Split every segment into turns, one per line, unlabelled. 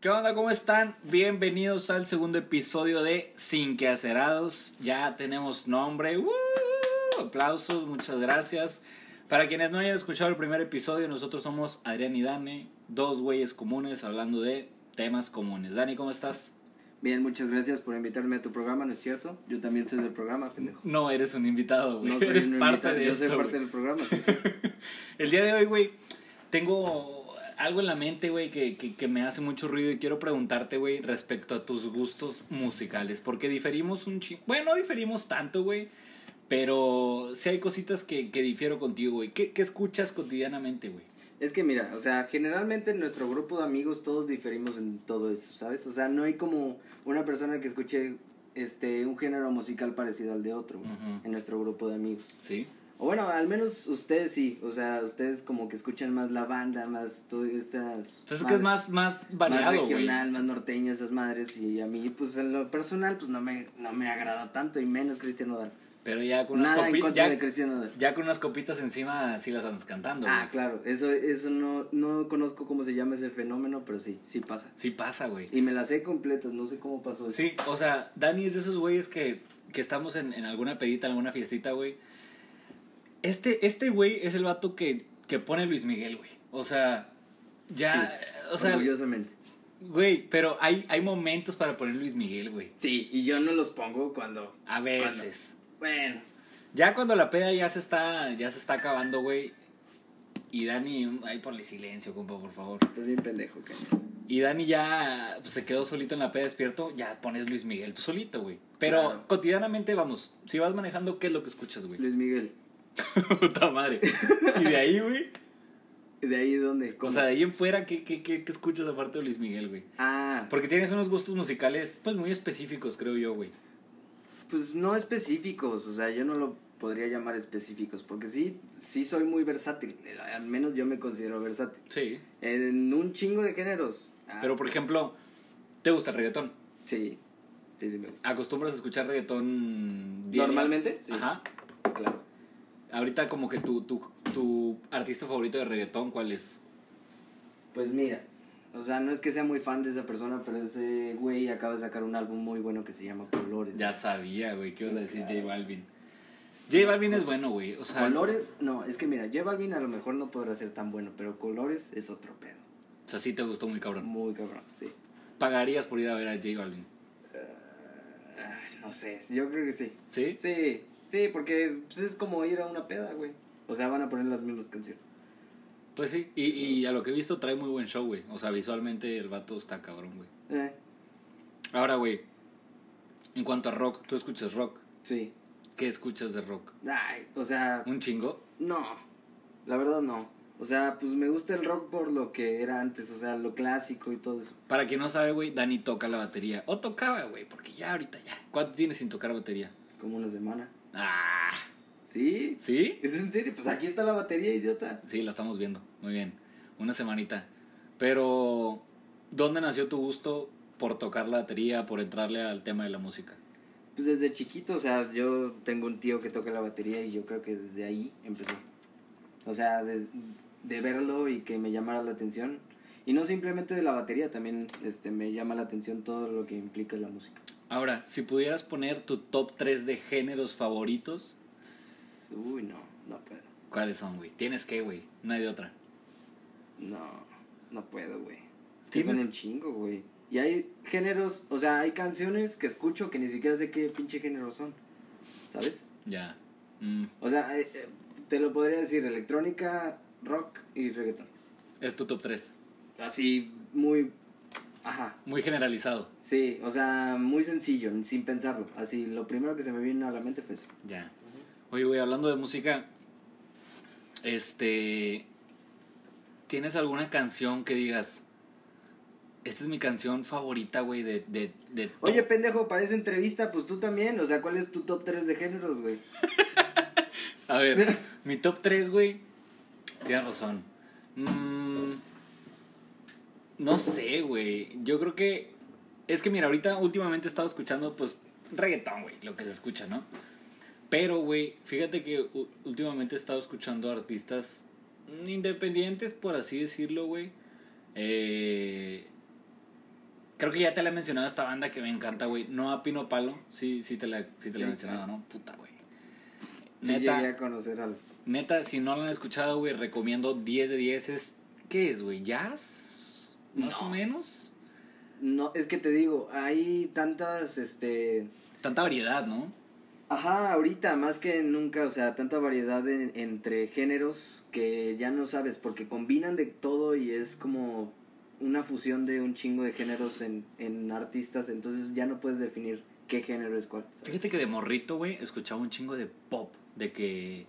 ¿Qué onda? ¿Cómo están? Bienvenidos al segundo episodio de Sin Queacerados. Ya tenemos nombre. ¡Woo! Aplausos, muchas gracias. Para quienes no hayan escuchado el primer episodio, nosotros somos Adrián y Dani, dos güeyes comunes hablando de temas comunes. Dani, ¿cómo estás?
Bien, muchas gracias por invitarme a tu programa, ¿no es cierto? Yo también soy del programa, pendejo.
No eres un invitado, güey.
No soy
eres
un
parte
invitado,
de
yo
esto,
soy
güey.
parte del programa, sí, sí.
El día de hoy, güey, tengo algo en la mente, güey, que, que- que me hace mucho ruido y quiero preguntarte, güey, respecto a tus gustos musicales, porque diferimos un chingo, bueno, no diferimos tanto, güey, pero sí hay cositas que, que difiero contigo, güey. ¿Qué, qué escuchas cotidianamente, güey?
Es que mira, o sea, generalmente en nuestro grupo de amigos todos diferimos en todo eso, ¿sabes? O sea, no hay como una persona que escuche este un género musical parecido al de otro güey,
Ujú.
en nuestro grupo de amigos.
¿Sí?
O bueno, al menos ustedes sí, o sea, ustedes como que escuchan más la banda, más todas estas
Pues es que es
madres.
más, más
más
variado, güey.
regional, más norteño, esas madres. Y a mí, pues en lo personal, pues no me, no me agrada tanto y menos Cristian Odal.
Pero ya con, unas
Nada en
copi-
contra
ya,
de Cristian Odal.
ya con unas copitas encima sí las andas cantando, güey.
Ah, claro, eso, eso no, no conozco cómo se llama ese fenómeno, pero sí, sí pasa.
Sí pasa, güey.
Y me las sé completas, no sé cómo pasó. eso.
Sí, o sea, Dani es de esos güeyes que, que estamos en, en alguna pedita, en alguna fiestita, güey. Este, este güey es el vato que, que pone Luis Miguel, güey. O sea, ya,
Sí,
o sea,
orgullosamente.
güey, pero hay, hay momentos para poner Luis Miguel, güey.
Sí, y yo no los pongo cuando.
A veces.
Bueno,
Ya cuando la peda ya se está, ya se está acabando, güey. Y Dani, ahí por el silencio, compa, por favor.
estás bien pendejo, cabrón.
Y Dani ya pues, se quedó solito en la peda despierto, ya pones Luis Miguel tú solito, güey. Pero
Claro.
cotidianamente, vamos, si vas manejando, ¿qué es lo que escuchas, güey?
Luis Miguel,
Puta madre. Y de ahí, güey.
¿de ahí dónde?
O sea, de ahí en fuera, ¿qué, qué, qué, qué escuchas aparte de Luis Miguel, güey?
ah,
Porque tienes unos gustos musicales, pues, muy específicos, creo yo, güey.
Pues no específicos, o sea, yo no lo podría llamar específicos, porque sí, sí soy muy versátil, eh, al menos yo me considero versátil.
Sí.
En un chingo de géneros. Ah,
Pero, por ejemplo, ¿te gusta el reggaetón?
Sí, sí, sí me gusta.
¿Acostumbras a escuchar reggaetón diario?
Normalmente, sí.
Ajá.
Claro.
Ahorita, como que tu, tu, tu artista favorito de reggaetón, ¿cuál es?
Pues mira, o sea, no es que sea muy fan de esa persona, pero ese güey acaba de sacar un álbum muy bueno que se llama Colores.
Ya sabía, güey. ¿Qué
Sí,
ibas a decir,
claro.
J Balvin? J Balvin es bueno, güey. O sea,
Colores, no, es que mira, J Balvin a lo mejor no podrá ser tan bueno, pero Colores es otro pedo.
o sea, sí te gustó muy cabrón.
Muy cabrón, sí.
¿Pagarías por ir a ver a J Balvin?
Ah, no sé, yo creo que sí.
¿Sí?
Sí, sí, porque pues, es como ir a una peda, güey. O sea, van a poner las mismas canciones.
Pues sí, y, y a lo que he visto trae muy buen show, güey. O sea, visualmente el vato está cabrón, güey.
Eh,
Ahora, güey, en cuanto a rock, tú escuchas rock.
sí.
¿Qué escuchas de rock?
Ay, o sea,
¿Un chingo?
no. La verdad no. O sea, pues me gusta el rock por lo que era antes, o sea, lo clásico y todo eso.
Para quien no sabe, güey, Dani toca la batería. O tocaba, güey, porque ya ahorita ya. ¿Cuánto tienes sin tocar batería?
Como una semana.
Ah,
¿Sí?
¿sí?
¿Es en serio? Pues aquí está la batería, idiota.
Sí, la estamos viendo. Muy bien. Una semanita. Pero, ¿dónde nació tu gusto por tocar la batería, por entrarle al tema de la música?
Pues desde chiquito, o sea, yo tengo un tío que toca la batería y yo creo que desde ahí empezó. O sea, des- de verlo y que me llamara la atención. Y no simplemente de la batería, también este, me llama la atención todo lo que implica la música.
Ahora, si pudieras poner tu top 3 de géneros favoritos,
Uy, no, no puedo.
¿Cuáles son, güey? Tienes que, güey. No hay de otra.
No, no puedo, güey. Es que
¿Tienes?
son un chingo, güey. Y hay géneros, o sea, hay canciones que escucho que ni siquiera sé qué pinche género son. ¿Sabes?
Ya. Mm.
O sea, eh, eh, te lo podría decir, electrónica, rock y reggaetón.
Es tu top 3.
así muy ajá
Muy generalizado.
sí o sea muy sencillo sin pensarlo así lo primero que se me vino a la mente fue eso
Ya. Oye, güey, hablando de música, este... ¿Tienes alguna canción que digas, esta es mi canción favorita, güey, de... de, de to-"?
oye pendejo para esa entrevista pues tú también o sea cuál es tu top 3 de géneros güey
A ver, mi top 3, güey. Tienes razón. Mm, no sé, güey. Yo creo que. Es que mira, ahorita últimamente he estado escuchando, pues, reggaetón, güey, lo que se escucha, ¿no? Pero, güey, fíjate que u- últimamente he estado escuchando artistas independientes, por así decirlo, güey. Eh, Creo que ya te la he mencionado esta banda que me encanta, güey. No a Pino Palo. Sí, sí te la, sí te la
Sí,
he mencionado,
sí.
¿no? Puta, güey.
Sí
Neta,
llegué a conocer al...
neta, si no la han escuchado, güey, recomiendo 10 de 10. Es, ¿Qué es, güey? ¿Jazz? Más
No.
o menos.
No, es que te digo, hay tantas, este...
Tanta variedad, ¿no?
Ajá, ahorita más que nunca, o sea, tanta variedad en- entre géneros que ya no sabes, porque combinan de todo y es como una fusión de un chingo de géneros en, en artistas, entonces ya no puedes definir qué género es cuál. ¿sabes?
Fíjate que de morrito, güey, escuchaba un chingo de pop. De que.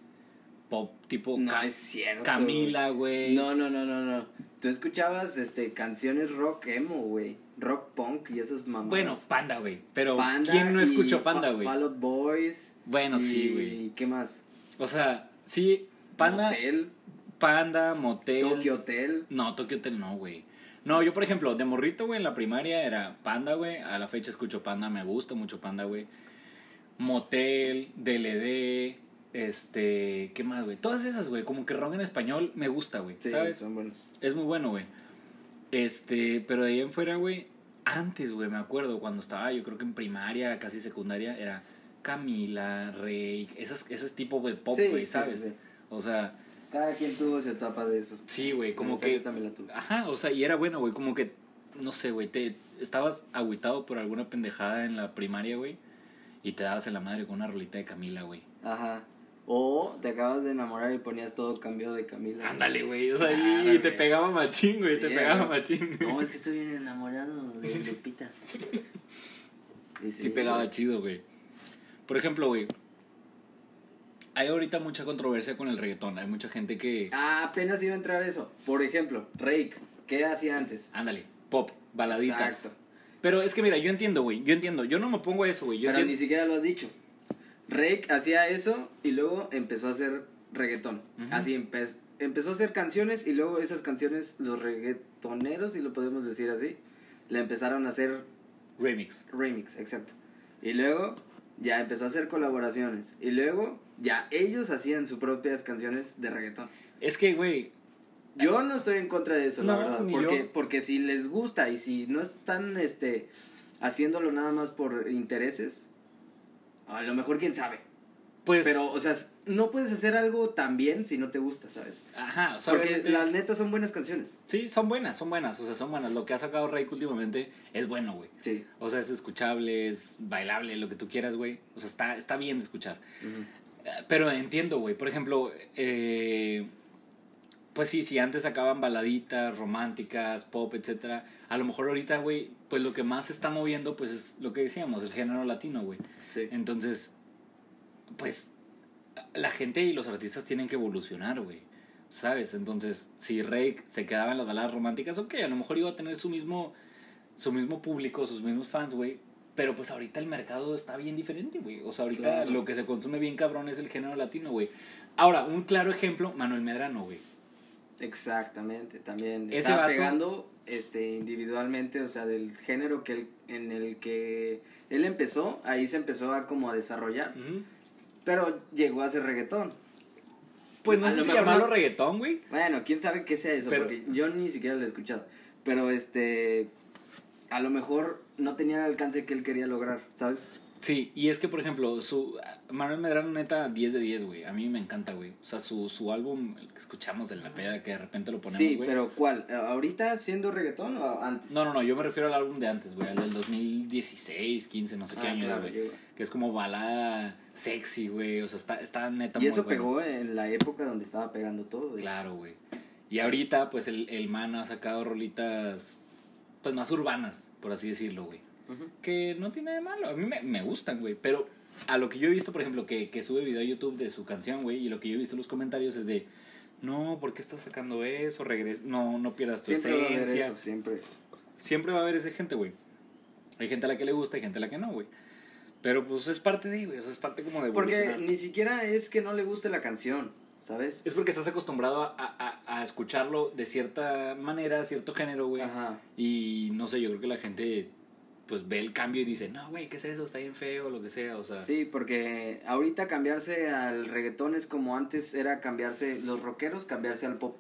Pop tipo
No
Ca-
es cierto.
Camila, eh.
güey.
güey.
No, no, no, no, no. Tú escuchabas este canciones rock emo, güey, rock punk y esas mamadas.
bueno, Panda, güey. Pero ¿quién no escuchó
y
Panda,
Fa-
güey?
Fall Out Boys.
Bueno, sí,
y-
güey.
¿Qué más?
O sea, sí, Panda,
Motel,
Panda, Motel.
Tokyo Hotel.
No, Tokyo Hotel no, güey. No, yo por ejemplo, de morrito, güey, en la primaria era Panda, güey. A la fecha escucho Panda, me gusta mucho Panda, güey. Motel, DLD, este, ¿qué más, güey? Todas esas, güey, como que rock en español me gusta, güey.
Sí,
¿Sabes?
son buenos.
Es muy bueno, güey. Este, pero de ahí en fuera, güey, antes, güey, me acuerdo cuando estaba, yo creo que en primaria, casi secundaria, era Camila, Rey, esas, esas tipo de pop,
Sí,
güey,
sí,
¿sabes?
sí, sí.
O sea,
Cada quien tuvo su etapa de eso.
sí, güey, como
Mi tía
que...
también la tuvo.
Ajá, o sea, y era bueno, güey, como que, no sé, güey, te estabas agüitado por alguna pendejada en la primaria, güey, y te dabas en la madre con una rolita de Camila, güey.
Ajá. O te acabas de enamorar y ponías todo cambiado de Camila.
Ándale, güey, o sea, y-
Claro,
y te
güey.
pegaba machín, güey,
Sí,
te pegaba
güey.
machín.
No, es que estoy bien enamorado de Lupita. Y
Sí pegaba
güey.
chido, güey. Por ejemplo, güey. Hay ahorita mucha controversia con el reggaetón. Hay mucha gente que.
Ah, apenas iba a entrar eso. Por ejemplo, Rake, ¿qué hacía antes?
Ándale, pop, baladitas.
Exacto.
Pero es que mira, yo entiendo, güey. Yo entiendo. Yo no me pongo a eso, güey. Yo
Pero ni
entiendo.
siquiera lo has dicho. Rake hacía eso y luego empezó a hacer reggaetón.
Ujú.
Así empe- empezó a hacer canciones y luego esas canciones, los reggaetoneros, si lo podemos decir así, le empezaron a hacer
Remix.
remix, exacto. Y luego ya empezó a hacer colaboraciones. Y luego ya ellos hacían sus propias canciones de reggaetón.
Es que, güey.
Yo no estoy en contra de eso, la
No,
verdad.
ni
Porque,
yo.
porque si les gusta y si no están este, haciéndolo nada más por intereses, a lo mejor quién sabe.
Pues.
Pero, o sea, no puedes hacer algo tan bien si no te gusta, ¿sabes?
Ajá, o sea,
Porque
obviamente-
las netas son buenas canciones.
Sí, son buenas, son buenas. O sea, son buenas. Lo que ha sacado Rake últimamente es bueno, güey.
Sí.
O sea, es escuchable, es bailable, lo que tú quieras, güey. O sea, está, está bien de escuchar. Eh, Pero entiendo, güey. Por ejemplo, eh, pues sí, si antes sacaban baladitas, románticas, pop, etcétera, a lo mejor ahorita, güey, pues lo que más se está moviendo, pues es lo que decíamos, el género latino, güey.
Sí.
Entonces, pues la gente y los artistas tienen que evolucionar, güey. ¿Sabes? Entonces, si Rake se quedaba en las baladas románticas, ok, a lo mejor iba a tener su mismo, su mismo público, sus mismos fans, güey. Pero pues ahorita el mercado está bien diferente, güey. O sea, ahorita
Claro.
lo que se consume bien cabrón es el género latino, güey. Ahora, un claro ejemplo, Manuel Medrano, güey.
Exactamente, también.
Ese
Estaba
vato-
pegando este, individualmente, o sea, del género que él, en el que él empezó, ahí se empezó a como a desarrollar. Pero llegó a ser reggaetón.
Pues no
A
sé
lo
si
mejor
llamarlo
no-
reggaetón, güey.
Bueno, quién sabe qué sea eso,
Pero-
porque yo ni siquiera lo he escuchado. Pero este. A lo mejor no tenía el alcance que él quería lograr, ¿sabes?
Sí, y es que, por ejemplo, su Manuel Medrano, neta, 10 de 10, güey. A mí me encanta, güey. O sea, su, su álbum, el que escuchamos en la peda, que de repente lo ponemos,
sí,
güey.
pero ¿cuál? ¿Ahorita siendo reggaetón o antes?
No, no, no, yo me refiero al álbum de antes, güey. Al del 2016, 15, no sé qué
Ah,
año,
claro,
güey.
llegó.
Que es como balada sexy, güey. O sea, está, está neta
Y
muy
eso
bueno.
pegó pues. en la época donde estaba pegando todo. eso.
Claro, güey. Y ahorita, pues, el, el man ha sacado rolitas, pues, más urbanas, por así decirlo, güey.
Ujú.
que no tiene nada de malo. A mí me, me gustan, güey. Pero a lo que yo he visto, por ejemplo, que, que sube video a YouTube de su canción, güey, y lo que yo he visto en los comentarios es de, no, ¿por qué estás sacando eso? Regres no, no pierdas tu
Siempre va a haber
esencia.
eso, siempre.
Siempre va a haber esa gente, güey. Hay gente a la que le gusta y gente a la que no, güey. Pero pues es parte de, güey, o sea, es parte como de
Porque
evolucionar.
ni siquiera es que no le guste la canción, ¿sabes?
Es porque estás acostumbrado a, a- a- a escucharlo de cierta manera, cierto género, güey.
Ajá.
Y no sé, yo creo que la gente pues ve el cambio y dice, no, güey, ¿qué es eso? Está bien feo, lo que sea, o sea.
sí, porque ahorita cambiarse al reggaetón es como antes era cambiarse los rockeros, cambiarse al pop.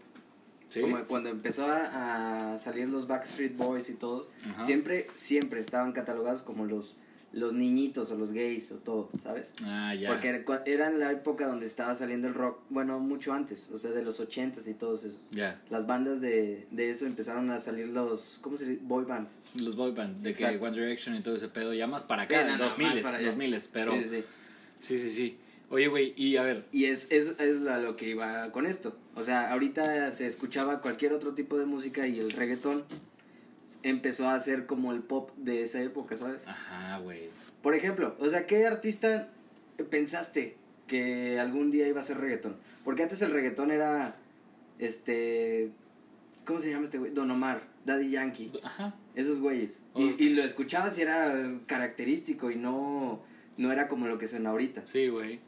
Sí.
Como cuando empezó a, a salir los Backstreet Boys y todos,
Ajá.
siempre, siempre estaban catalogados como los, los niñitos o los gays o todo, ¿sabes?
Ah, ya.
Porque era cua- era en la época donde estaba saliendo el rock, bueno, mucho antes, o sea, de los ochentas y todo eso.
Ya.
Las bandas de, de eso empezaron a salir los, ¿cómo se dice? Boy bands.
Los boy band, de que
Exacto.
One Direction y todo ese pedo, ya más para
Sí,
acá,
no,
en
no,
los
más
miles,
para allá.
los miles, pero...
Sí, sí.
Sí, sí, sí. Oye, güey, y a ver,
Y es, es, es a lo que iba con esto. O sea, ahorita se escuchaba cualquier otro tipo de música y el reggaetón empezó a ser como el pop de esa época, ¿sabes?
ajá, güey.
Por ejemplo, o sea, ¿qué artista pensaste que algún día iba a ser reggaetón? Porque antes el reggaetón era, este, ¿cómo se llama este güey? Don Omar, Daddy Yankee,
Ajá.
esos güeyes.
Uf.
Y, y lo escuchabas y era característico y no, no era como lo que suena ahorita
Sí, güey.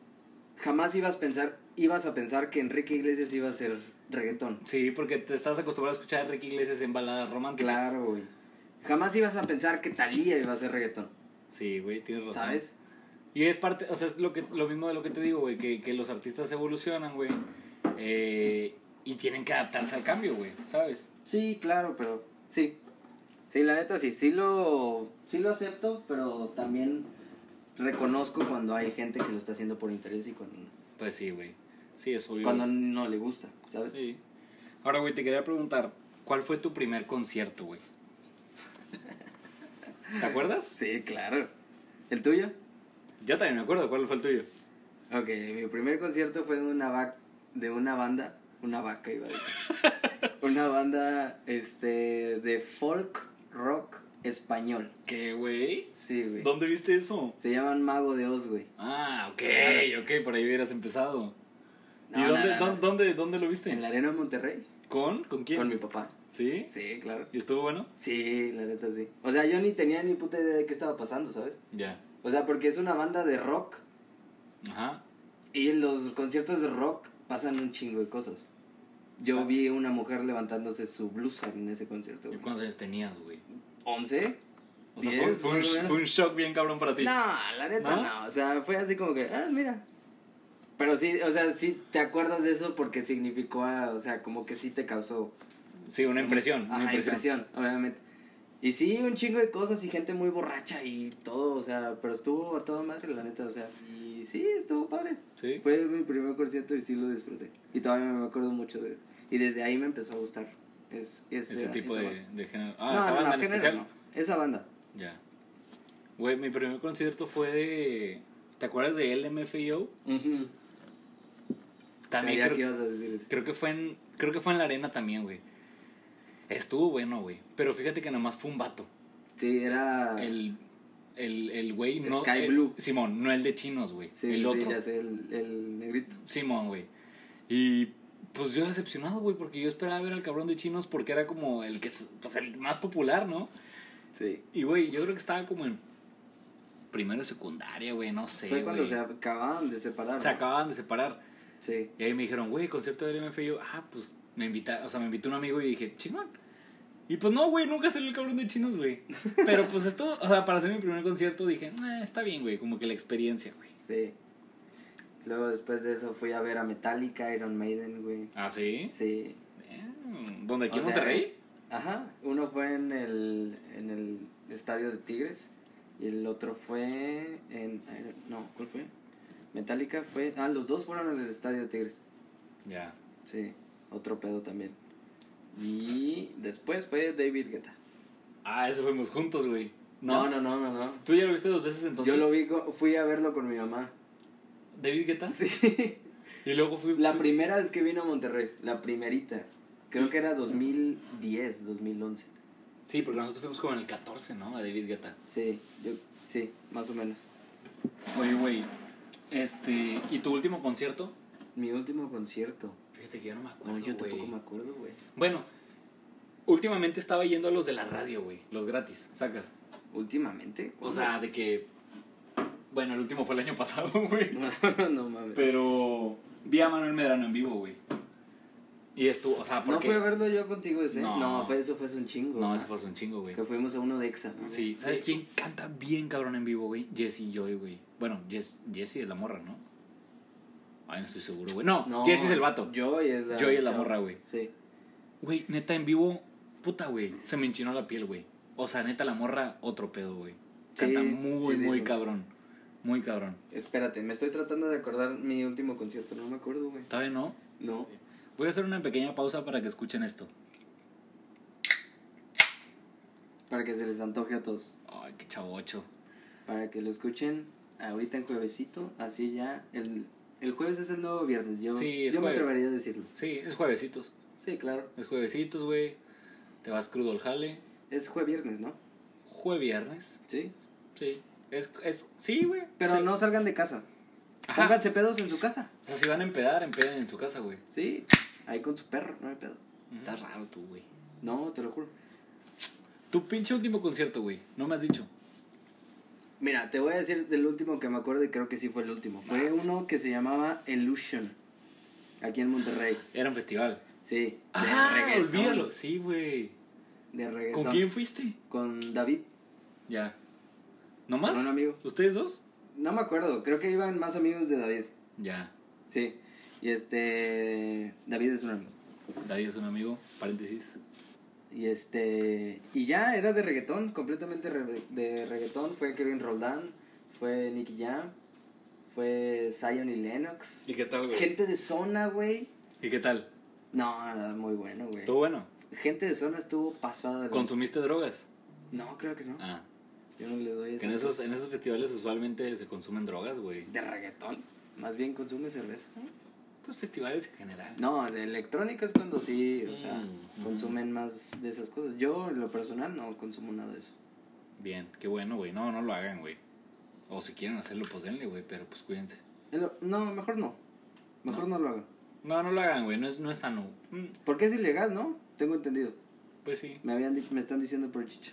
jamás ibas a pensar, ibas a pensar que Enrique Iglesias iba a ser reggaetón.
Sí, porque te estás acostumbrado a escuchar a Ricky Iglesias en baladas románticas.
Claro, güey. Jamás ibas a pensar que Talía iba a ser reggaetón,
Sí, güey, tienes razón.
¿sabes?
Y es parte, o sea, es lo, que, lo mismo de lo que te digo, güey, que, que los artistas evolucionan, güey. eh, y tienen que adaptarse al cambio, güey, ¿sabes?
Sí, claro, pero sí. Sí, la neta sí, sí lo sí lo acepto, pero también reconozco cuando hay gente que lo está haciendo por interés y cuando,
Pues sí, güey. Sí, es obvio.
cuando no le gusta, ¿sabes?
Sí. Ahora, güey, te quería preguntar, ¿cuál fue tu primer concierto, güey? ¿Te acuerdas?
Sí, claro. ¿El tuyo?
Yo también me acuerdo, ¿cuál fue el tuyo?
Ok, mi primer concierto fue de una, vac- de una banda, una vaca iba a decir. una banda este, de folk rock español.
¿Qué, güey?
Sí, güey.
¿Dónde viste eso?
Se llaman Mago de Oz, güey.
Ah, ok, ok, por ahí hubieras empezado.
No,
¿Y
no,
dónde,
no, no.
dónde, dónde, dónde lo viste?
En la arena de Monterrey.
¿Con? ¿Con quién?
Con mi papá.
¿Sí?
Sí, claro.
¿Y estuvo bueno?
Sí, la neta sí. O sea, yo ni tenía ni puta idea de qué estaba pasando, ¿sabes?
Ya.
O sea, porque es una banda de rock
Ajá.
y en los conciertos de rock pasan un chingo de cosas. Yo
Está-
vi una mujer levantándose su blusa en ese concierto.
¿Y
güey.
cuántos años tenías, güey?
¿11?
O sea,
Diez,
fue, fue un,
más o
sh-
menos.
fue un shock bien cabrón para ti.
No, la neta
¿No?
¿No? O sea, fue así como que, ah, mira. Pero sí, o sea, sí te acuerdas de eso porque significó, ah, o sea, como que sí te causó.
Sí, una impresión.
Ajá,
Una impresión.
obviamente. Y sí, un chingo de cosas y gente muy borracha y todo, o sea, pero estuvo a toda madre, la neta, o sea. Y sí, estuvo padre.
Sí.
Fue mi primer concierto y sí lo disfruté. Y todavía me acuerdo mucho de eso. Y desde ahí me empezó a gustar. Es, es-
Ese
esa-
tipo
esa
de,
banda.
de género. Ah,
No,
esa
no,
banda
no,
en
género
especial.
no. Esa banda.
Ya. Güey, mi primer concierto fue de. ¿Te acuerdas de LMFAO? También
Sabía
creo,
que ibas a decir eso.
creo que fue en. Creo que fue en la arena también, güey. Estuvo bueno, güey. Pero fíjate que nomás fue un vato.
Sí, era.
El. El, el güey no.
Ah. Sky
eh,
Blue.
Simón, no el de chinos, güey.
Sí,
el
sí,
otro.
ya sé, el, el negrito.
Simón, güey. Y pues yo decepcionado, güey, porque yo esperaba ver al cabrón de chinos porque era como el que es pues, el más popular, ¿no?
Sí.
Y güey, yo creo que estaba como en primero de secundaria, güey, no sé.
Fue cuando
güey.
se acababan de separar.
Se
¿no?
acababan de separar.
Sí.
Y ahí me dijeron, güey, concierto del MF. Y yo, ah, pues me invita, o sea, me invitó un amigo y dije, chingón. Y pues no, güey, nunca salió el cabrón de chinos, güey. Pero pues esto, o sea, para hacer mi primer concierto dije, "Nah, está bien, güey, como que la experiencia, güey.
Sí. Luego después de eso fui a ver a Metallica, Iron Maiden, güey.
Ah, sí.
Sí.
Damn. ¿Dónde? ¿Aquí
O
en
sea, eh.
Monterrey?
Ajá. Uno fue en el, en el estadio de Tigres y el otro fue en... Iron- No, ¿cuál fue? Metallica fue... Ah, los dos fueron en el estadio de Tigres.
Ya.
Sí. Otro pedo también. Y después fue David Guetta.
Ah, ese fuimos juntos, güey. No,
No, no, no, no, no.
¿Tú ya lo viste dos veces entonces?
Yo lo vi, co- fui a verlo con mi mamá.
¿David Guetta?
Sí.
Y luego fui...
La primera vez que vino a Monterrey, la primerita. Creo que era 2010, 2011.
Sí, porque nosotros fuimos como en el 14, ¿no? A David Guetta.
Sí, yo sí, más o menos.
Oye, güey. Este... ¿Y tu último concierto?
Mi último concierto.
Fíjate que yo no me acuerdo,
Bueno, yo
Ah, güey.
tampoco me acuerdo, güey.
Bueno, últimamente estaba yendo a los de la radio, güey. Los gratis, sacas.
Últimamente.
O
¿cuándo?
sea, de que... Bueno, el último fue el año pasado, güey.
no mames.
Pero... Vi a Manuel Medrano en vivo, güey. Y estuvo... O sea,
no
porque...
fue a verlo yo contigo ese.
No.
No, fue, eso fue hace un chingo.
No,
¿no?
eso fue hace un chingo, güey.
Que fuimos a uno de Exa. ¿no?
Sí, ¿sabes quién canta bien cabrón en vivo, güey? Jesse Joy, güey. Bueno, Jess, Jesse es la morra, ¿no? Ay, no estoy seguro, güey. No,
No,
Jesse es el vato.
Joy es la
Joy es la
chava.
morra, güey.
Sí.
Güey, neta, en vivo, puta, güey. Se me enchinó la piel, güey. O sea, neta, la morra, otro pedo, güey. Canta
Sí,
muy,
sí, sí,
muy
sí.
cabrón. Muy cabrón.
Espérate, me estoy tratando de acordar mi último concierto, no me acuerdo, güey.
¿Todavía no?
No.
Voy a hacer una pequeña pausa para que escuchen esto.
Para que se les antoje a todos.
Ay, qué chavocho.
Para que lo escuchen ahorita en juevesito, así ya. El, el jueves es el nuevo viernes, yo,
Sí, es
yo me
jueves.
atrevería a decirlo.
Sí, es juevesitos.
Sí, claro.
Es juevesitos, güey. Te vas crudo al jale.
Es jueviernes, ¿no?
Jueviernes.
Sí.
Sí. Es, es, sí, güey.
Pero
Sí.
no salgan de casa.
Ajá.
Pónganse pedos en su casa.
O sea, si van a empedar, empeden en su casa, güey.
Sí. Ahí con su perro, no hay pedo.
Estás raro tú, güey.
No, te lo juro.
Tu pinche último concierto, güey. No me has dicho.
Mira, te voy a decir del último que me acuerdo y creo que sí fue el último.
Ah.
Fue uno que se llamaba Illusion. Aquí en Monterrey.
Era un festival.
Sí. De
Ah,
reggaetón.
olvídalo. Sí, güey.
De reggaetón.
¿Con quién fuiste?
Con David.
Ya. ¿No más?
Con un amigo.
¿Ustedes dos?
No me acuerdo, creo que iban más amigos de David.
Ya.
Sí. Y este. David es un amigo.
David es un amigo. Paréntesis.
Y este. Y ya era de reggaetón, completamente re- de reggaetón. Fue Kevin Roldán, fue Nicky Jam, fue Zion y Lennox.
¿Y qué tal,
Gente de zona, güey.
¿Y qué tal?
No, no, muy bueno, güey.
¿Estuvo bueno?
Gente de zona estuvo pasada. de
¿Consumiste drogas?
lanza. No, claro que no.
Ah.
Yo no le doy
que
esas
En esos,
cosas.
en esos festivales usualmente se consumen drogas, güey.
De reggaetón. Más bien consume cerveza.
Pues festivales en general.
No, de electrónica es cuando sí, o sea,
Mm,
consumen más de esas cosas. Yo, en lo personal, no consumo nada de eso.
Bien, qué bueno, güey. No, no lo hagan, güey. O si quieren hacerlo, pues denle, güey, pero pues cuídense.
En lo- No, mejor no. Mejor no, lo hagan.
No, no lo hagan, güey. No es, no es sano. Mm,
Porque es ilegal, ¿no? Tengo entendido.
pues sí.
Me habían dicho- me están diciendo por chicha.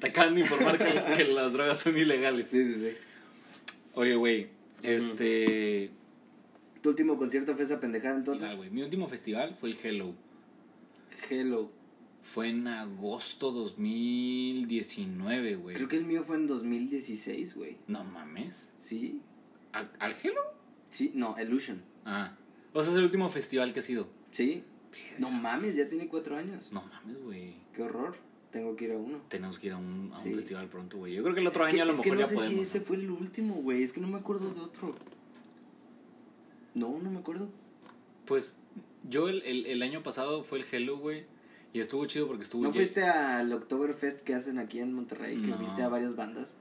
Te acaban de informar que, que las drogas son ilegales.
Sí, sí, sí.
Oye, güey. Este.
¿Tu último concierto fue esa pendejada entonces?
Ah, güey, Mi último festival fue el Hello.
Hello.
Fue en agosto 2019, güey.
Creo que el mío fue en 2016, güey.
No mames.
¿Sí?
¿A- ¿Al Hello?
Sí, no, Illusion.
Ah. O sea, es el último festival que ha sido.
¿Sí? No mames, ya tiene cuatro años.
No mames, güey.
Qué horror. Tengo que ir a uno.
Tenemos que ir a un, a un
Sí.
festival pronto, güey. Yo creo que el otro
Es
año
que-
a lo
es
mejor
que no
ya
sé
podemos.
si ese fue el último, güey. Es que no me acuerdo de otro. No, no me acuerdo.
Pues yo el, el, el año pasado fue el Hello, güey. Y estuvo chido porque estuvo.
¿No
Ye-
fuiste al Oktoberfest que hacen aquí en Monterrey? Que
No.
viste a varias bandas.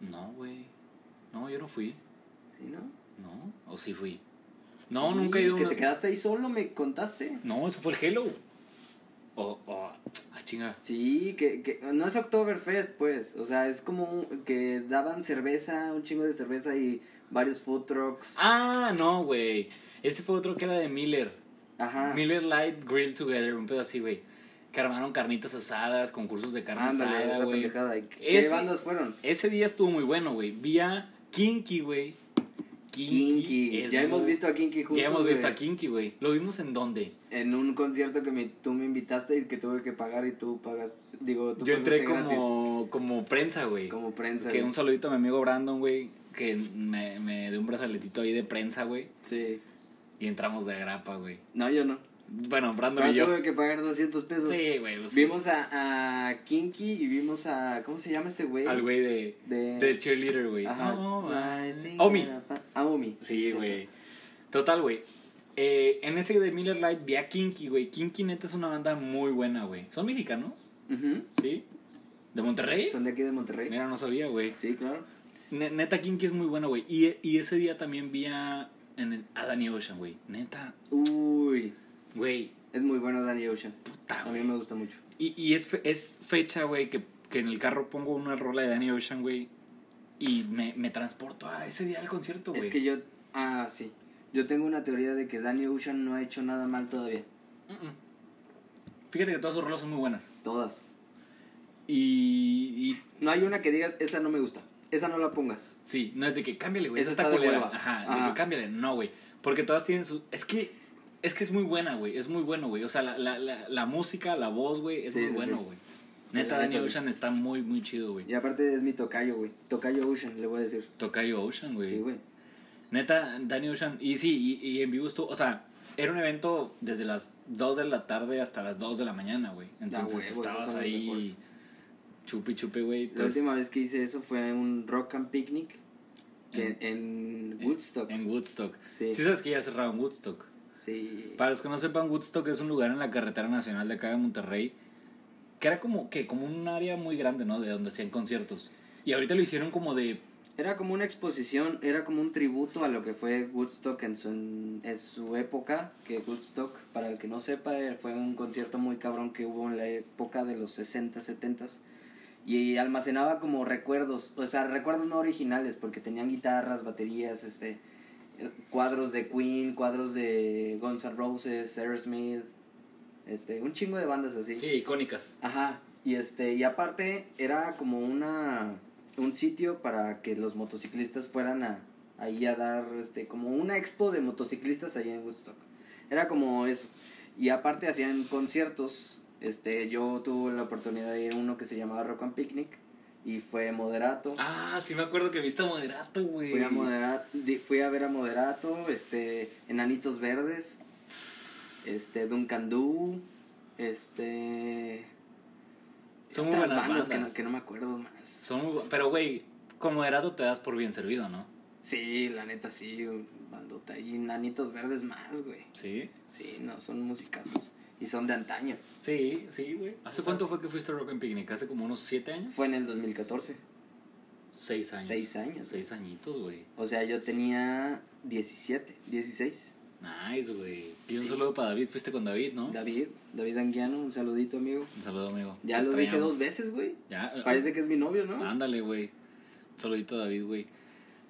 No, güey. No, yo no fui.
¿Sí, no?
No, o sí fui. No,
Sí,
nunca he ido a
Que
una-
te quedaste ahí solo, me contaste.
No, eso fue el Hello. O, o, ah, chinga.
Sí, que, que no es Oktoberfest, pues. O sea, es como un- que daban cerveza, un chingo de cerveza y varios food trucks.
Ah, no, güey. Ese fue otro que era de Miller.
Ajá.
Miller Light Grill Together, un pedo así, güey. Que armaron carnitas asadas, concursos de carne
Ándale,
asada,
esa
güey.
pendejada. ¿Qué
Ese-
bandas fueron?
Ese día estuvo muy bueno, güey. Vi a Kinky, güey.
Kinky.
es
Ya hemos
muy-
visto a Kinky juntos.
Ya hemos visto
güey.
a Kinky, güey. ¿Lo vimos en dónde?
En un concierto que me- tú me invitaste y que tuve que pagar y tú pagas, digo, tú
Yo entré
pasaste gratis.
como, como prensa, güey.
como prensa.
Que
güey.
un saludito a mi amigo Brandon, güey. Que me, me dio un brazaletito ahí de prensa, güey.
Sí.
Y entramos de agrapa, güey.
No, yo no.
Bueno, Brandon
Pero
y yo.
tuve que pagar 200 pesos.
Sí, güey. pues,
Vimos a, a Kinky y vimos a ¿cómo se llama este güey?
Al güey de,
de
de cheerleader, güey.
Eh, Ajá.
Oh,
I
my-
think
Omi.
I'm a- A Omi.
Sí,
cierto.
güey. Total, güey. Eh, en ese de Miller Lite vi a Kinky, güey. Kinky neta es una banda muy buena, güey. ¿Son mexicanos?
Ujú.
¿Sí? ¿De Monterrey?
Son de aquí de Monterrey.
Mira, no sabía, güey.
Sí, claro.
Ne- neta, Kinky es muy buena, güey. Y, y ese día también vi a, en el, a Danny Ocean, güey. Neta,
Uy,
güey.
es muy bueno Danny Ocean.
Puta,
A mí
güey.
me gusta mucho.
Y, y es, fe- es fecha, güey, que, que en el carro pongo una rola de Danny Ocean, güey. Y me, me transporto a ese día del concierto, güey.
Es que yo ah, sí. Yo tengo una teoría de que Danny Ocean no ha hecho nada mal todavía.
Mm-mm. Fíjate que todas sus rolas son muy buenas.
Todas.
Y, y
No hay una que digas, esa no me gusta. Esa no la pongas.
sí, no es de que cámbiale, güey.
Esa
Esa está
está de
culera.
hueva.
Ajá, de
Ajá.
que cámbiale. No, güey. Porque todas tienen su. Es que. Es que es muy buena, güey. Es muy bueno, güey. O sea, la, la, la, la música, la voz, güey, es
Sí,
muy
sí,
bueno,
sí.
güey.
Sí,
Neta,
la neta,
Danny
sí.
Ocean está muy, muy chido, güey.
Y aparte es mi tocayo, güey. Tocayo Ocean, le voy a decir.
Tocayo Ocean, güey.
Sí, güey.
Neta, Danny Ocean. Y sí, y, y en vivo estuvo. O sea, era un evento desde las 2 de la tarde hasta las 2 de la mañana, güey. Entonces
huevo, esos
estabas
son los mejores.
ahí chupi chupe, güey.
La
pues,
última vez que hice eso fue un rock and picnic que-
en-
en, Woodstock.
En Woodstock.
Sí.
Sí sabes que ya cerraron Woodstock.
Sí.
Para los que no sepan, Woodstock es un lugar en la carretera nacional de acá de Monterrey que era como que como un área muy grande, ¿no? De donde hacían conciertos. Y ahorita lo hicieron como de
Era como una exposición, era como un tributo a lo que fue Woodstock en su, en, en su época, que Woodstock, para el que no sepa, eh, fue un concierto muy cabrón que hubo en la época de los 60, 70 y almacenaba como recuerdos, o sea, recuerdos no originales, porque tenían guitarras, baterías, este eh, cuadros de Queen, cuadros de Guns N' Roses, Aerosmith, este, un chingo de bandas así.
sí, icónicas.
Ajá, y este, y aparte era como una un sitio para que los motociclistas fueran a ahí a dar este como una expo de motociclistas allá en Woodstock. Era como eso. Y aparte hacían conciertos. Este, yo tuve la oportunidad de ir a uno que se llamaba Rock and Picnic y fue moderato.
Ah, sí me acuerdo que viste a Moderato, güey.
Fui a, modera- di- fui a ver a Moderato, este, Enanitos Verdes, este, Duncan Du, este...
Son muy
otras
buenas
bandas, Que,
bandas.
no, que no me acuerdo más.
Son muy bu- pero güey, con Moderato te das por bien servido, ¿no?
Sí, la neta sí, bandota. Y Enanitos Verdes más, güey.
Sí.
Sí, no, son musicazos. Y son de antaño.
Sí, sí, güey. ¿Hace cuánto fue que fuiste a Rock and Picnic? ¿Hace como unos siete años?
Pues Fue en el 2014.
Seis años.
Seis años.
Seis añitos, güey.
O sea, yo tenía 17, 16.
Nice, güey. Y un saludo para David. Fuiste con David, ¿no?
David, David Anguiano, un saludito, amigo.
Un saludo, amigo.
Ya
Te
lo dije
extrañamos.
dos veces, güey.
Ya. eh,
Parece que es mi novio, ¿no?
Ándale, güey. Un Saludito a David, güey.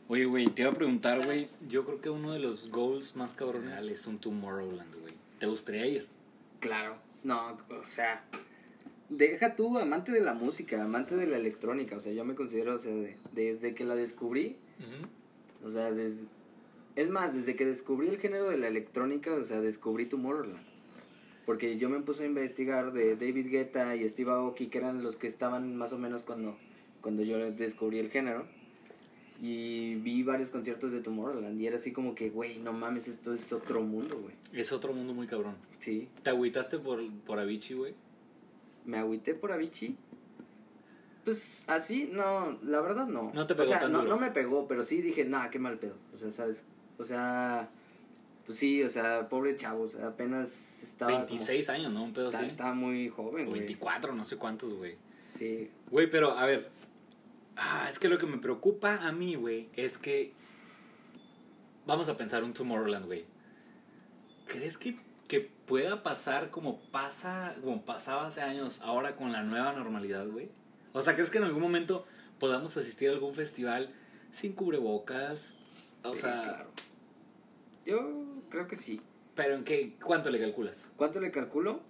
Oye, güey, te iba a preguntar, güey. Yo creo que uno de los goals más cabrones es un Tomorrowland, güey. ¿Te gustaría ir?
Claro, no, o sea, deja tú amante de la música, amante de la electrónica, o sea, yo me considero, o sea, de- desde que la descubrí, o sea, des- es más, desde que descubrí el género de la electrónica, o sea, descubrí Tomorrowland. Porque yo me puse a investigar de David Guetta y Steve Aoki, que eran los que estaban más o menos cuando, cuando yo descubrí el género. Y vi varios conciertos de Tomorrowland y era así como que, güey, no mames, esto es otro mundo, güey.
Es otro mundo muy cabrón.
Sí,
¿Te agüitaste por, por Avicii, güey?
¿Me agüité por Avicii? Pues así, no, la verdad no.
No te pegó
O sea,
tan
no,
duro.
no me pegó, pero sí dije, nah, qué mal pedo. O sea, ¿sabes? O sea, pues sí, o sea, pobre chavo, o sea, apenas estaba. como-
26 años, ¿no? Un pedo
está-
así.
estaba muy joven,
O
güey.
24, no sé cuántos, güey.
Sí,
Güey, pero a ver. Ah, es que lo que me preocupa a mí, güey, es que. Vamos a pensar un Tomorrowland, güey. ¿Crees que, que pueda pasar como pasa, como pasaba hace años, ahora con la nueva normalidad, güey? O sea, ¿crees que en algún momento podamos asistir a algún festival sin cubrebocas? O
sí,
sea,
claro. Yo creo que sí.
¿pero en qué? ¿Cuánto le calculas?
¿Cuánto le calculo?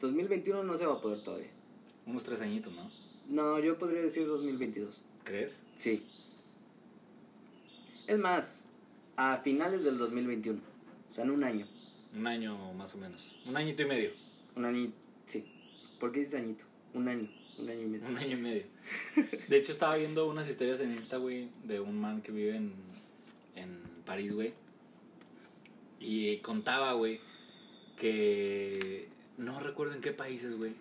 2021 no se va a poder todavía.
Unos tres añitos, ¿no?
No, yo podría decir 2022.
¿Crees?
Sí. Es más, a finales del 2021. O sea, en un año.
Un año más o menos. Un añito y medio.
Un año, sí. ¿Por qué dices añito? Un año, un año y medio.
Un año y medio. De hecho, estaba viendo unas historias en Insta, güey, de un man que vive en, en París, güey. Y eh, contaba, güey, que no recuerdo en qué países, güey.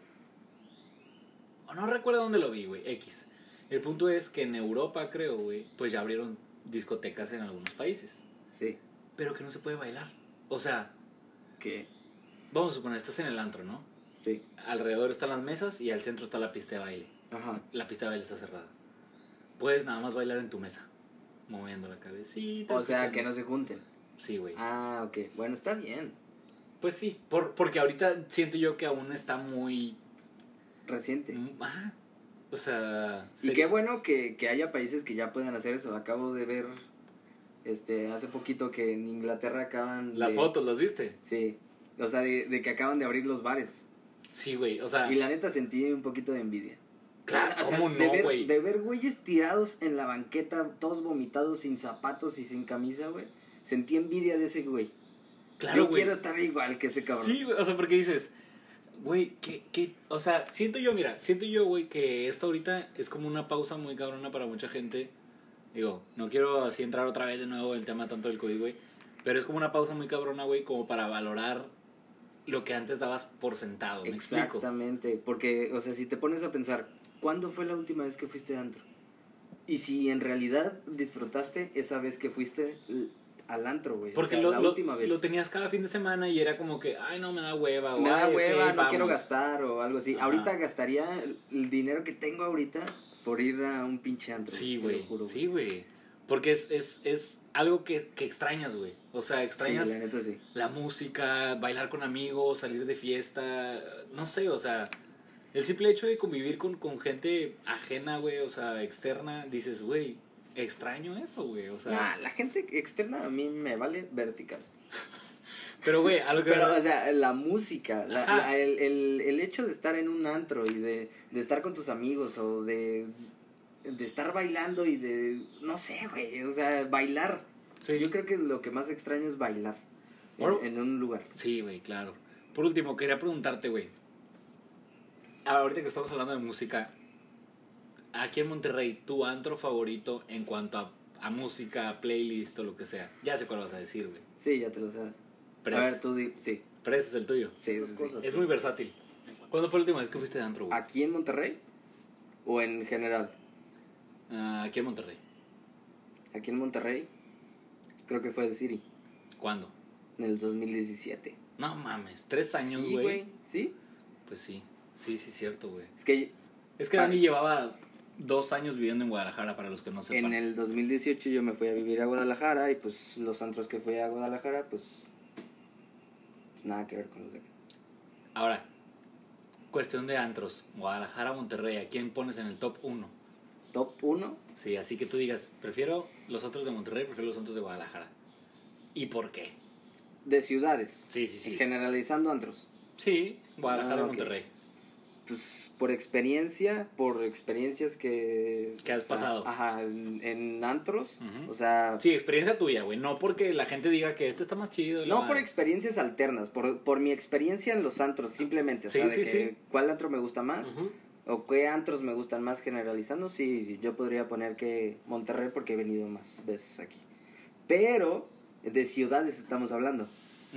O no recuerdo dónde lo vi, güey. X. El punto es que en Europa, creo, güey, pues ya abrieron discotecas en algunos países.
Sí.
Pero que no se puede bailar. O sea,
¿Qué?
vamos a suponer, estás en el antro, ¿no?
Sí.
Alrededor están las mesas y al centro está la pista de baile.
Ajá.
La pista de baile está cerrada. Puedes nada más bailar en tu mesa, moviendo la cabecita.
O sea, que no
escuchando.
se junten.
Sí, güey.
Ah, ok. Bueno, está bien.
Pues sí, por, porque ahorita siento yo que aún está muy...
Reciente.
mm, Ajá. O sea...
Y
se-
qué bueno que, que haya países que ya puedan hacer eso. Acabo de ver, este, hace poquito que en Inglaterra acaban
Las
de-
fotos, ¿las viste?
Sí. O sea, de, de que acaban de abrir los bares.
Sí, güey. O sea...
Y la neta sentí un poquito de envidia.
Claro,
O sea,
¿cómo
de
no,
ver,
güey?
de ver güeyes tirados en la banqueta, todos vomitados, sin zapatos y sin camisa, güey. Sentí envidia de ese güey.
Claro,
Yo
güey.
quiero estar igual que ese cabrón.
Sí, güey, o sea, porque dices, güey, ¿qué, qué? O sea, siento yo, mira, siento yo, güey, que esto ahorita es como una pausa muy cabrona para mucha gente. Digo, no quiero así entrar otra vez de nuevo el tema tanto del COVID, güey. Pero es como una pausa muy cabrona, güey, como para valorar lo que antes dabas por sentado, ¿me explico?
Exactamente, porque, o sea, si te pones a pensar, ¿cuándo fue la última vez que fuiste de antro? Y si en realidad disfrutaste esa vez que fuiste l- al antro, güey.
Porque
o sea,
lo,
la
lo-
última vez.
lo tenías cada fin de semana y era como que, ay, no, me da hueva. o,
me da
"Ay, ok,
hueva, no
vamos".
quiero gastar o algo así.
Ajá.
Ahorita gastaría el- el dinero que tengo ahorita por ir a un pinche antro.
Sí,
te
güey.
lo juro,
Sí, güey. Porque es, es, es algo que, que extrañas, güey. O sea,
Sí,
extrañas
la neta sí.
la música, bailar con amigos, salir de fiesta. No sé, o sea, el simple hecho de convivir con, con gente ajena, güey, o sea, externa, dices, güey, extraño eso, güey. O sea,
Nah, la gente externa a mí me vale vertical.
pero, güey, a lo que.
Pero, o sea, la música, la-
Ajá.
la- el, el- el hecho de estar en un antro y de, de estar con tus amigos o de, de estar bailando y de, no sé, güey, o sea, bailar.
Sí.
Yo creo que lo que más extraño es bailar en,
Ahora-
en un lugar.
Sí, güey, claro. Por último, quería preguntarte, güey. Ahorita que estamos hablando de música, aquí en Monterrey, tu antro favorito en cuanto a, a música, a playlist o lo que sea. Ya sé cuál vas a decir, güey.
Sí, ya te lo sabes.
Pres.
A ver, tú di, sí,
Pero ese es el tuyo.
sí, sí, sí.
Es muy versátil. ¿Cuándo fue la última vez que fuiste de antro, güey?
¿Aquí en Monterrey o en general?
Ah, aquí en Monterrey.
Aquí en Monterrey creo que fue de City,
¿Cuándo?
en el 2017.
No mames, tres años,
Sí,
güey.
¿Sí?
pues sí, sí, sí, cierto, güey.
Es que
Es que
Ah.
Dani llevaba dos años viviendo en Guadalajara, para los que no sepan.
En el 2018 yo me fui a vivir a Guadalajara y pues los antros que fui a Guadalajara pues nada que ver con los de acá.
Ahora, cuestión de antros. Guadalajara, Monterrey, ¿a quién pones en el top 1?
Top 1,
Sí, así que tú digas, prefiero los antros de Monterrey, prefiero los antros de Guadalajara. ¿Y por qué?
de ciudades.
Sí, sí, sí.
Generalizando antros.
Sí, Guadalajara,
Ah, ok.
Monterrey.
Pues por experiencia, por experiencias que...
Que has
o sea,
pasado.
Ajá, en, en antros.
Ujú.
O sea...
Sí, experiencia tuya, güey. No porque la gente diga que este está más chido. y la
No
madre.
por experiencias alternas, por, por mi experiencia en los antros, simplemente. O
Sí,
sea,
sí,
de que
sí.
cuál antro me gusta más.
Ujú.
¿O qué antros me gustan más generalizando? Sí, yo podría poner que Monterrey porque he venido más veces aquí. Pero de ciudades estamos hablando.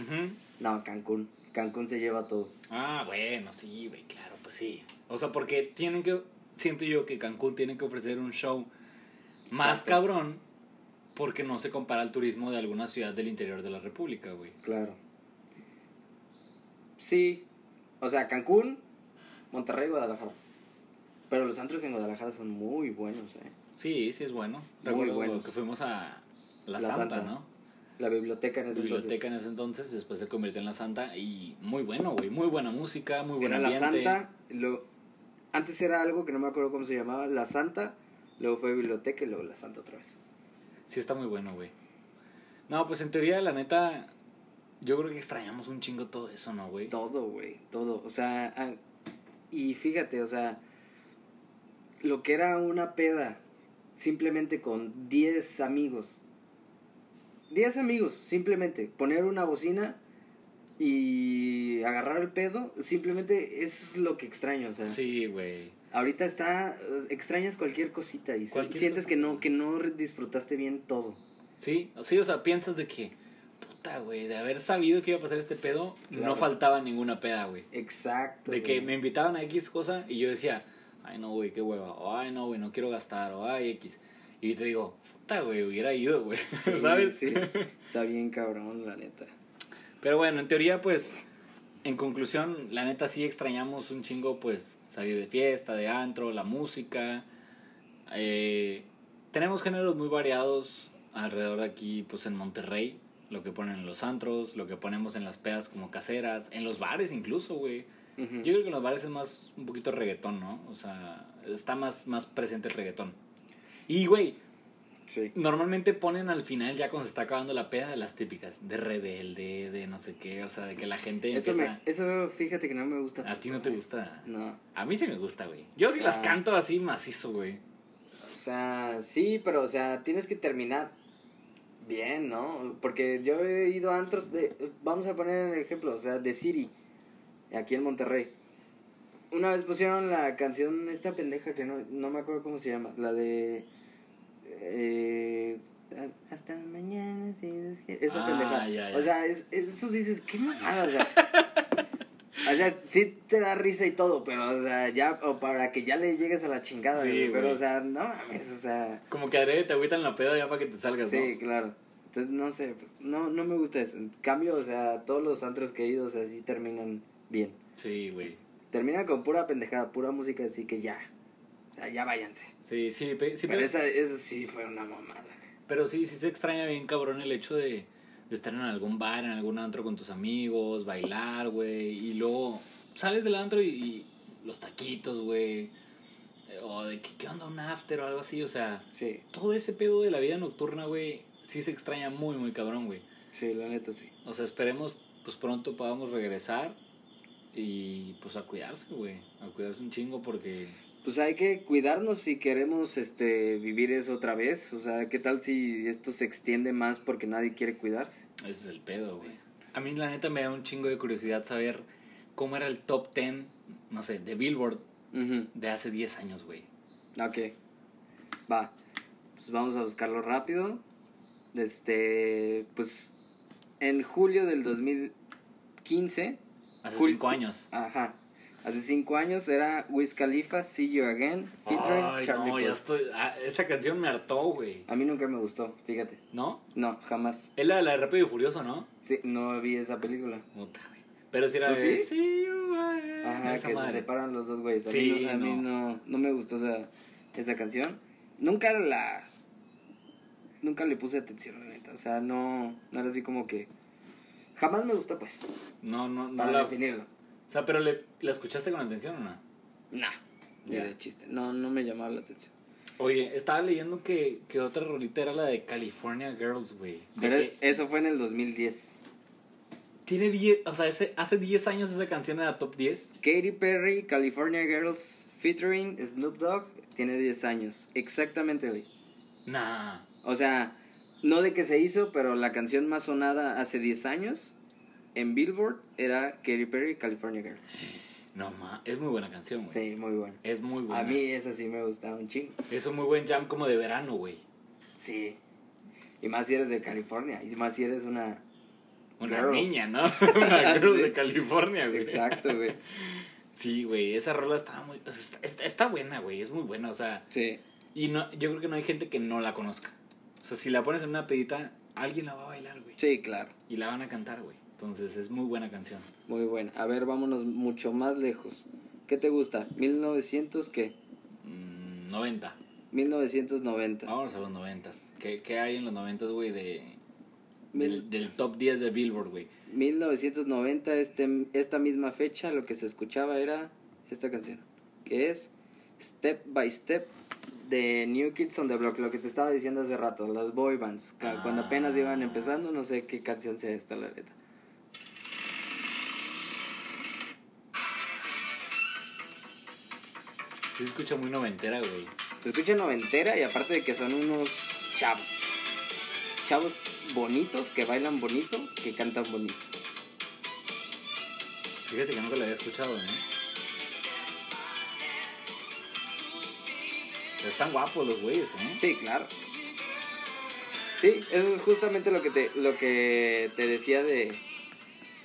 Ujú.
No, Cancún. Cancún se lleva todo.
Ah, bueno, sí, güey, claro, pues sí. O sea, porque tienen que. Siento yo que Cancún tiene que ofrecer un show más
Exacto.
cabrón porque no se compara al turismo de alguna ciudad del interior de la República, güey.
Claro. Sí. O sea, Cancún, Monterrey, Guadalajara. Pero los antros en Guadalajara son muy buenos, ¿eh?
Sí, sí es bueno.
Muy
Recuerdo
buenos.
que fuimos a La,
La
Santa,
Santa,
¿no?
La biblioteca en
La
ese
biblioteca en ese entonces, después se convirtió en La Santa y muy bueno, güey. Muy buena música, muy buen
Era la
ambiente.
Santa, lo, antes era algo que no me acuerdo cómo se llamaba, la Santa, luego fue biblioteca y luego la Santa otra vez.
Sí está muy bueno, güey. No, pues en teoría, la neta, yo creo que extrañamos un chingo todo eso, ¿no, güey?
Todo, güey, todo. O sea, ah, y fíjate, o sea, lo que era una peda simplemente con 10 amigos. 10 amigos, simplemente. Poner una bocina y agarrar el pedo, simplemente eso es lo que extraño, o sea.
Sí, güey.
Ahorita está eh, extrañas cualquier cosita y se-
Cualquier
sientes
cosa.
que no que no re- disfrutaste bien todo.
Sí, sí, o sea, piensas de que, puta, güey, de haber sabido que iba a pasar este pedo, no
Claro.
faltaba ninguna peda, güey.
Exacto.
De que
güey.
me invitaban a X cosa y yo decía, ay, no, güey, qué hueva, o, ay, no, güey, no quiero gastar, o, ay, X. Y te digo, puta, güey, hubiera ido, güey,
Sí,
¿sabes?
sí. Está bien cabrón, la neta.
Pero bueno, en teoría, pues, en conclusión, la neta sí extrañamos un chingo, pues, salir de fiesta, de antro, la música. Eh, tenemos géneros muy variados alrededor de aquí, pues, en Monterrey. Lo que ponen en los antros, lo que ponemos en las pedas como caseras, en los bares incluso, güey.
Ujú.
Yo creo que en los bares es más un poquito reggaetón, ¿no? O sea, está más, más presente el reggaetón. Y, güey,
Sí.
Normalmente ponen al final, ya cuando se está acabando la peda, las típicas de rebelde, de no sé qué, o sea, de que la gente
Eso, me,
empieza.
eso fíjate que no me gusta.
A
tanto,
ti no te
güey.
gusta.
No.
A mí sí me gusta, güey. Yo sí las
Ah.
canto así macizo, güey.
O sea, sí, pero o sea, tienes que terminar bien, ¿no? Porque yo he ido a antros de vamos a poner el ejemplo, o sea, de Siri aquí en Monterrey. Una vez pusieron la canción esta pendeja que no no me acuerdo cómo se llama, la de eh, hasta mañana si Dios quiere, esa
Ah,
pendeja.
ya, ya.
O sea, es, eso dices, qué mamada, o sea, O sea, sí te da risa y todo, pero, o sea, ya, o para que ya le llegues a la chingada,
Sí,
güey, Pero,
güey.
o sea, no mames, o sea.
Como que adrede te agüitan la peda ya para que te salgas,
Sí, claro. Entonces, no sé, pues, no, no me gusta eso. En cambio, o sea, todos los antros que he ido, o sea, sí terminan bien.
¿no? Sí, güey.
Terminan con pura pendejada, pura música, así que ya. O sea, ya váyanse.
Sí, sí, pe- sí,
pero
pe-
esa, eso sí fue una mamada.
Pero sí, sí se extraña bien cabrón el hecho de, de estar en algún bar, en algún antro con tus amigos, bailar, güey. Y luego sales del antro y, y los taquitos, güey. eh, O de que, qué onda un after o algo así. O sea,
Sí,
todo ese pedo de la vida nocturna, güey, sí se extraña muy, muy cabrón, güey.
sí, la neta sí.
O sea, esperemos, pues pronto podamos regresar. Y pues a cuidarse, güey. A cuidarse un chingo porque...
Pues hay que cuidarnos si queremos este vivir eso otra vez. O sea, ¿qué tal si esto se extiende más porque nadie quiere cuidarse?
Ese es el pedo, güey. A mí la neta me da un chingo de curiosidad saber cómo era el top 10, no sé, de Billboard
Ujú.
de hace 10 años, güey.
Ok. Va. Pues vamos a buscarlo rápido. Este, pues en julio del 2015,
Hace
Jul-
5 años.
ajá. Hace cinco años era Wiz Khalifa, See You Again, featuring
Ay,
Charlie
no, ya
Puth.
estoy... ah, esa canción me hartó, güey.
A mí nunca me gustó, fíjate.
¿No?
No, jamás.
Es la, la de Rápido y Furioso, ¿no?
Sí, no vi esa película.
Puta, güey. Pero si era
¿Tú
de...
sí?
"See you again",
Ajá,
esa
que
madre.
se separan los dos güeyes. A
Sí,
mí, no, a mí no. no me gustó esa, esa canción. Nunca la. Nunca le puse atención, la neta. O sea, no. No era así como que. Jamás me gustó, pues.
No, no, no.
Para
la-
definirlo.
O sea, pero le, ¿la escuchaste con atención o no?
Nah. Ni
Ya.
de chiste. No, no me llamaba la atención.
Oye, estaba leyendo que, que otra rolita era la de California Girls, güey. De
Pero
que-
eso fue en el 2010.
Tiene 10, o sea, ese, hace 10 años esa canción era top 10.
Katy Perry, California Girls, featuring Snoop Dogg, tiene 10 años. Exactamente, güey.
Nah.
O sea, no de que se hizo, pero la canción más sonada hace 10 años en Billboard era Katy Perry, California Girls.
No, ma, es muy buena canción, güey.
Sí, muy bueno.
Es muy buena.
A mí esa sí me gustaba un chingo.
Es un muy buen jam como de verano, güey.
Sí. Y más si eres de California, y más si eres una...
Una
Girl.
niña, ¿no? Una cruz
Sí.
de California, güey.
Exacto, güey.
Sí, güey, esa rola está muy... o sea, está, está- está buena, güey, es muy buena, o sea...
Sí.
Y no, yo creo que no hay gente que no la conozca. O sea, si la pones en una pedita, alguien la va a bailar, güey.
Sí, claro.
Y la van a cantar, güey. Entonces, es muy buena canción.
Muy buena. A ver, vámonos mucho más lejos. ¿Qué te gusta? ¿1900 qué?
Mm, 90.
1990.
Vámonos a los 90. ¿Qué, ¿Qué hay en los 90, güey, de, del,
Mil-
del top 10 de Billboard, güey.
1990, este, esta misma fecha, lo que se escuchaba era esta canción, que es Step by Step de New Kids on the Block, lo que te estaba diciendo hace rato, las boy bands, ca-
Ah.
cuando apenas iban empezando, no sé qué canción sea esta, la neta.
Sí se escucha muy noventera, güey.
Se escucha noventera y aparte de que son unos chavos, chavos bonitos, que bailan bonito, que cantan bonito.
Fíjate que nunca la había escuchado, ¿eh? Pero están guapos los güeyes, ¿eh?
Sí, claro. Sí, eso es justamente lo que te, lo que te decía de,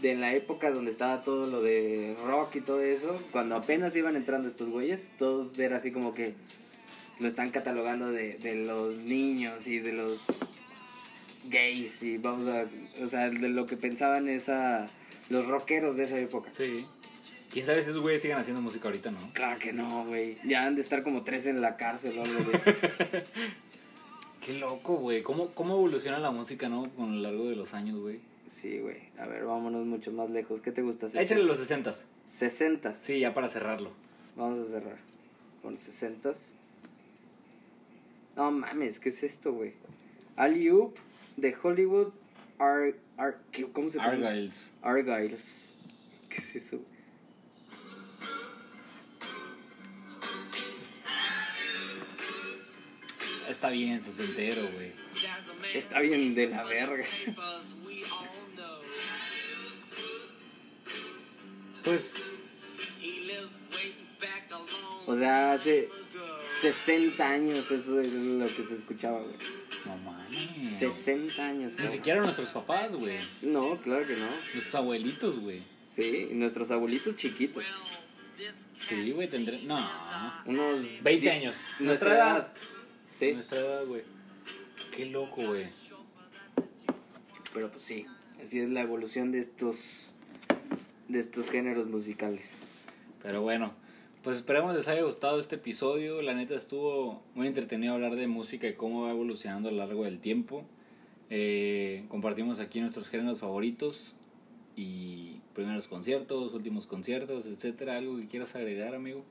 de en la época donde estaba todo lo de rock y todo eso. Cuando apenas iban entrando estos güeyes, todos era así como que lo están catalogando de, de los niños y de los gays y vamos a... O sea, de lo que pensaban esa, los rockeros de esa época.
Sí. ¿Quién sabe si esos güeyes siguen haciendo música ahorita, no?
Claro que no, güey. Ya han de estar como tres en la cárcel o algo, güey.
Qué loco, güey. ¿Cómo, ¿Cómo evoluciona la música, no? Con lo largo de los años, güey.
Sí, güey. A ver, vámonos mucho más lejos. ¿Qué te gusta? hacer?
Échale los 60
Sesentas.
Sí, ya para cerrarlo.
Vamos a cerrar. Con sesentas. No mames, ¿qué es esto, güey? Ali Oop de Hollywood Ar, Ar- ¿qué- ¿Cómo se pronuncia?
Argyles.
Argyles. ¿Qué es eso?
Está bien, sesentero, güey.
Está bien de la verga.
Pues,
O sea, hace 60 años eso es lo que se escuchaba, güey.
no mames.
60 años,
Ni
cabrón.
siquiera nuestros papás, güey.
No, claro que no.
Nuestros abuelitos, güey.
Sí, y nuestros abuelitos chiquitos.
Sí, güey, tendré. No.
Unos
20
di-
años.
Nuestra,
Nuestra
edad.
edad.
Sí,
Nuestra edad, güey. Qué loco, güey.
pero pues sí. Así es la evolución de estos de estos géneros musicales.
Pero bueno, pues esperemos les haya gustado este episodio. La neta estuvo muy entretenido hablar de música y cómo va evolucionando a lo largo del tiempo. Eh, compartimos aquí nuestros géneros favoritos y primeros conciertos, últimos conciertos, etcétera. ¿Algo que quieras agregar, amigo?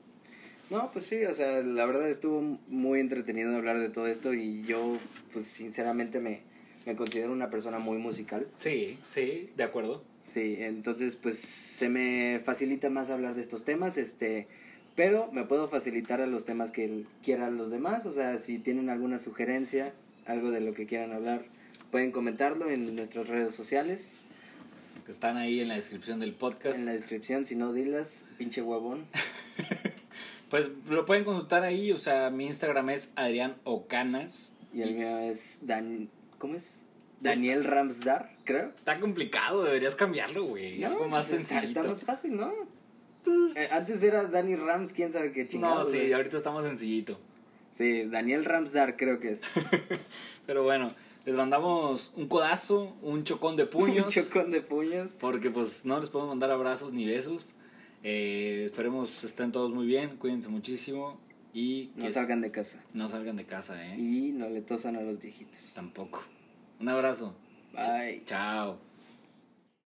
No, pues sí, o sea, la verdad estuvo muy entretenido hablar de todo esto y yo, pues sinceramente me, me considero una persona muy musical.
Sí, sí, de acuerdo.
Sí, entonces pues se me facilita más hablar de estos temas, este, pero me puedo facilitar a los temas que quieran los demás, o sea, si tienen alguna sugerencia, algo de lo que quieran hablar, pueden comentarlo en nuestras redes sociales,
Que están ahí en la descripción del podcast.
en la descripción, si no dilas, pinche huevón.
Pues lo pueden consultar ahí, o sea, mi Instagram es Adrián Ocanas.
Y el mío es Dan, ¿cómo es? Daniel Ramsdar, creo.
Está complicado, deberías cambiarlo, güey. Algo más Pues,
pues, está-
sencillo.
Está más fácil, ¿no? Eh, antes era Danny Rams, quién sabe qué
No,
chingados.
sí,
güey.
ahorita estamos sencillito.
Sí, Daniel Ramsdar creo que es.
Pero bueno, les mandamos un codazo, un chocón de puños.
Un chocón de puños.
Porque pues no les podemos mandar abrazos ni besos. Eh, esperemos estén todos muy bien, cuídense muchísimo y que
No salgan de casa.
no salgan de casa, ¿eh?
Y no le tosan a los viejitos.
Tampoco. Un abrazo.
Bye.
Chao.